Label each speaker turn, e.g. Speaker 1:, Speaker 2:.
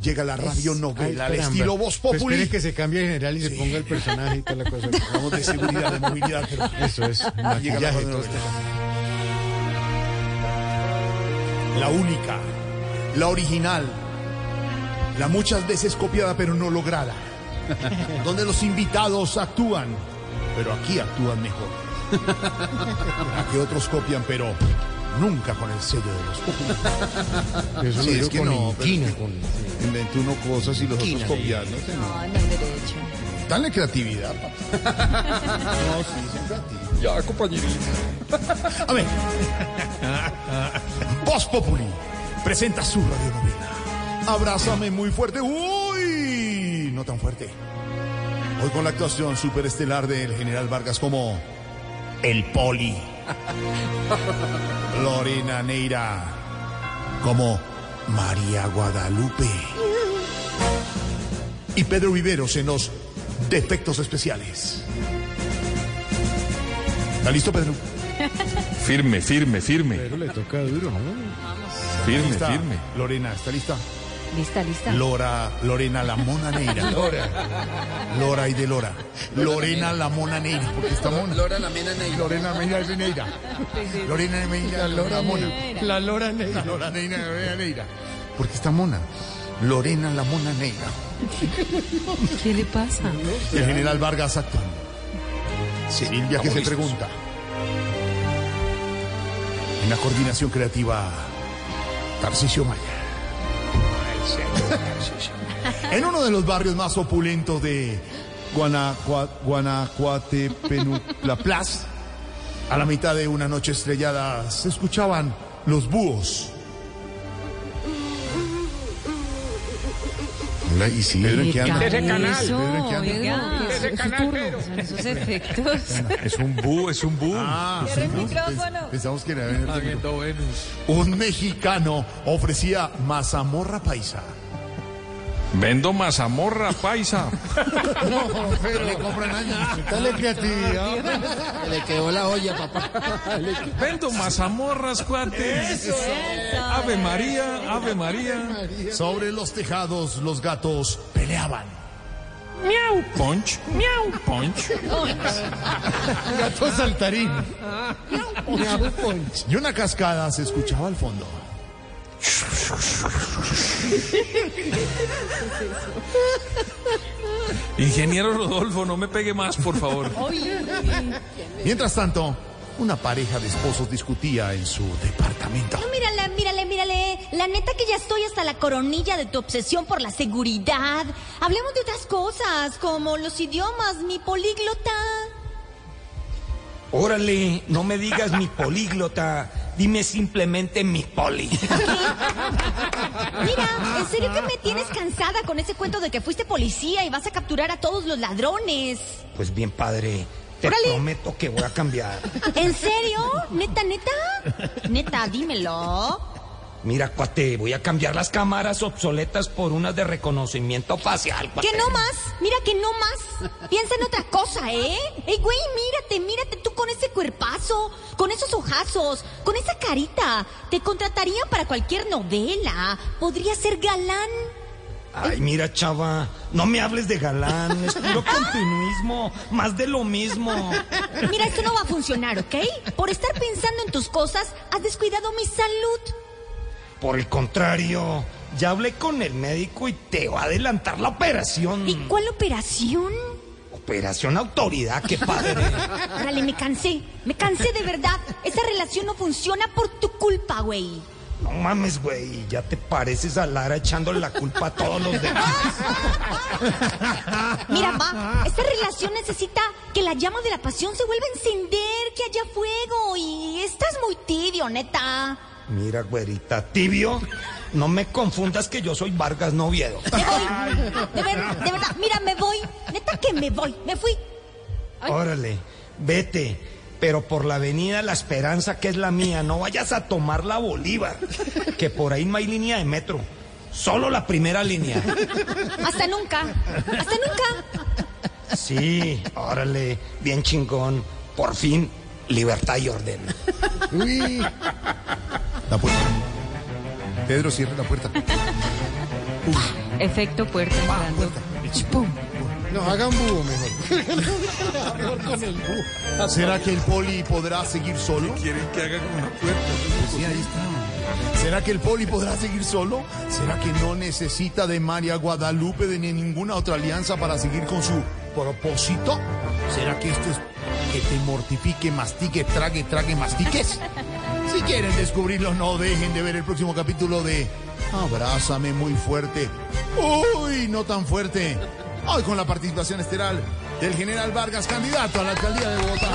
Speaker 1: llega la radionovela al estilo Voz
Speaker 2: Pues
Speaker 1: Populi.
Speaker 2: espere que se cambie el general y se ponga el personaje y toda la cosa.
Speaker 1: Hablamos de seguridad, de movilidad, pero
Speaker 2: Eso es.
Speaker 1: llega la
Speaker 2: maquillaje, todo
Speaker 1: radionovela. La única, la original, la muchas veces copiada pero no lograda, donde los invitados actúan, pero aquí actúan mejor. La que otros copian, pero nunca con el sello de los Populi.
Speaker 2: esto. Eso
Speaker 1: Sí, es
Speaker 2: lo digo
Speaker 1: que
Speaker 2: con
Speaker 1: no, pero-
Speaker 2: inquina, con-
Speaker 1: Inventa uno cosas y los otros copian. ¿no?
Speaker 3: No, no hay derecho.
Speaker 1: Dale creatividad, papá. No, sí, sí, creatividad.
Speaker 4: Ya, compañerito.
Speaker 1: A ver. Voz Populi presenta su radionovela. Abrázame muy fuerte. Uy, no tan fuerte. Hoy con la actuación superestelar del general Vargas como El Poli. Lorena Neira como María Guadalupe. Y Pedro Viveros en los defectos especiales. ¿Está listo, Pedro?
Speaker 4: Firme, firme, firme.
Speaker 2: Pero le toca duro, ¿no?
Speaker 4: Firme,
Speaker 1: ¿Está?
Speaker 4: firme.
Speaker 1: Lorena, ¿está lista?
Speaker 3: Lista, lista.
Speaker 1: Lora, Lorena la Mona Neira. Lora. Lora y de Lora. Lorena la Mona Neira, porque está mona.
Speaker 5: Lora la mena negra.
Speaker 1: Lorena Meira de Neira. Lorena Meira, Lora Mona.
Speaker 2: La lora negra.
Speaker 1: Lora Neira, Lorena Neira. Porque está mona. Lorena la Mona Neira.
Speaker 3: ¿Qué le pasa?
Speaker 1: Y el general Vargas actuando. Silvia que se pregunta. En la coordinación creativa, Tarcisio Maya. En uno de los barrios más opulentos de Guanacua, Guanacuatepenuplaplas, a la mitad de una noche estrellada, se escuchaban los búhos. Hola, ¿y si Pedro, ¿en qué anda?
Speaker 3: Eso,
Speaker 1: Pedro, ¿en qué anda?
Speaker 3: oiga, eso es su turno, son esos efectos.
Speaker 4: Es un bu, es un bu.
Speaker 1: Ah,
Speaker 3: el
Speaker 1: pens-
Speaker 3: micrófono.
Speaker 1: Pensamos que era el micrófono.
Speaker 4: Venus.
Speaker 1: Un mexicano ofrecía mazamorra paisa.
Speaker 4: Vendo mazamorra paisa.
Speaker 1: No, pero le compran años.
Speaker 2: Dale creatividad.
Speaker 5: Se le quedó la olla, papá.
Speaker 4: Vendo mazamorras, cuates. Ave María, Ave María.
Speaker 1: Sobre los tejados los gatos peleaban.
Speaker 4: Miau. Punch. Miau. Punch.
Speaker 2: Gato saltarín.
Speaker 1: Y una cascada se escuchaba al fondo.
Speaker 4: Ingeniero Rodolfo, no me pegue más, por favor.
Speaker 1: Mientras tanto, una pareja de esposos discutía en su departamento.
Speaker 6: Mírale, mírale, mírale. La neta que ya estoy hasta la coronilla de tu obsesión por la seguridad. Hablemos de otras cosas, como los idiomas, mi políglota.
Speaker 7: Órale, no me digas mi políglota, dime simplemente mi poli.
Speaker 6: Mira, en serio que me tienes cansada con ese cuento de que fuiste policía y vas a capturar a todos los ladrones.
Speaker 7: Pues bien, padre, te
Speaker 6: Órale.
Speaker 7: prometo que voy a cambiar.
Speaker 6: ¿En serio? ¿Neta, neta? Neta, dímelo.
Speaker 7: Mira, cuate, voy a cambiar las cámaras obsoletas por unas de reconocimiento facial, cuate.
Speaker 6: Que no más, mira que no más. Piensa en otra cosa, ¿eh? Ey, güey, mírate, mírate tú con ese cuerpazo, con esos ojazos, con esa carita. Te contratarían para cualquier novela. Podría ser galán.
Speaker 7: Ay, mira, chava, no me hables de galán, es puro continuismo, más de lo mismo.
Speaker 6: Mira, esto no va a funcionar, ¿ok? Por estar pensando en tus cosas, has descuidado mi salud.
Speaker 7: Por el contrario, ya hablé con el médico y te va a adelantar la operación.
Speaker 6: ¿Y cuál operación?
Speaker 7: Operación autoridad, qué padre.
Speaker 6: Órale, me cansé, me cansé de verdad. Esa relación no funciona por tu culpa, güey.
Speaker 7: No mames, güey, ya te pareces a Lara echándole la culpa a todos los demás.
Speaker 6: Mira, ma, esta relación necesita que la llama de la pasión se vuelva a encender, que haya fuego. Y estás muy tibio, neta.
Speaker 7: Mira, güerita, tibio, no me confundas que yo soy Vargas Noviedo.
Speaker 6: Me voy. De, ver- de verdad, mira, me voy. Neta que me voy. Me fui.
Speaker 7: Órale, vete, pero por la avenida La Esperanza, que es la mía, no vayas a tomar la Bolívar, que por ahí no hay línea de metro, solo la primera línea.
Speaker 6: Hasta nunca. Hasta nunca.
Speaker 7: Sí, órale, bien chingón, por fin, libertad y orden.
Speaker 1: Uy. La puerta. Pedro, cierra la puerta. Uy.
Speaker 3: Efecto puerta entrando.
Speaker 2: No, hagan búho mejor. con el búho.
Speaker 1: ¿Será que el poli podrá seguir solo?
Speaker 4: Quieren que haga con la puerta.
Speaker 1: Pues Sí, ahí está. ¿Será que el poli podrá seguir solo? ¿Será que no necesita de María Guadalupe de ni ninguna otra alianza para seguir con su propósito? ¿Será que esto es que te mortifique, mastique, trague, trague, mastiques? Si quieren descubrirlo, no dejen de ver el próximo capítulo de Abrázame muy fuerte. Uy, no tan fuerte. Hoy con la participación esteral del general Vargas, candidato a la alcaldía de Bogotá.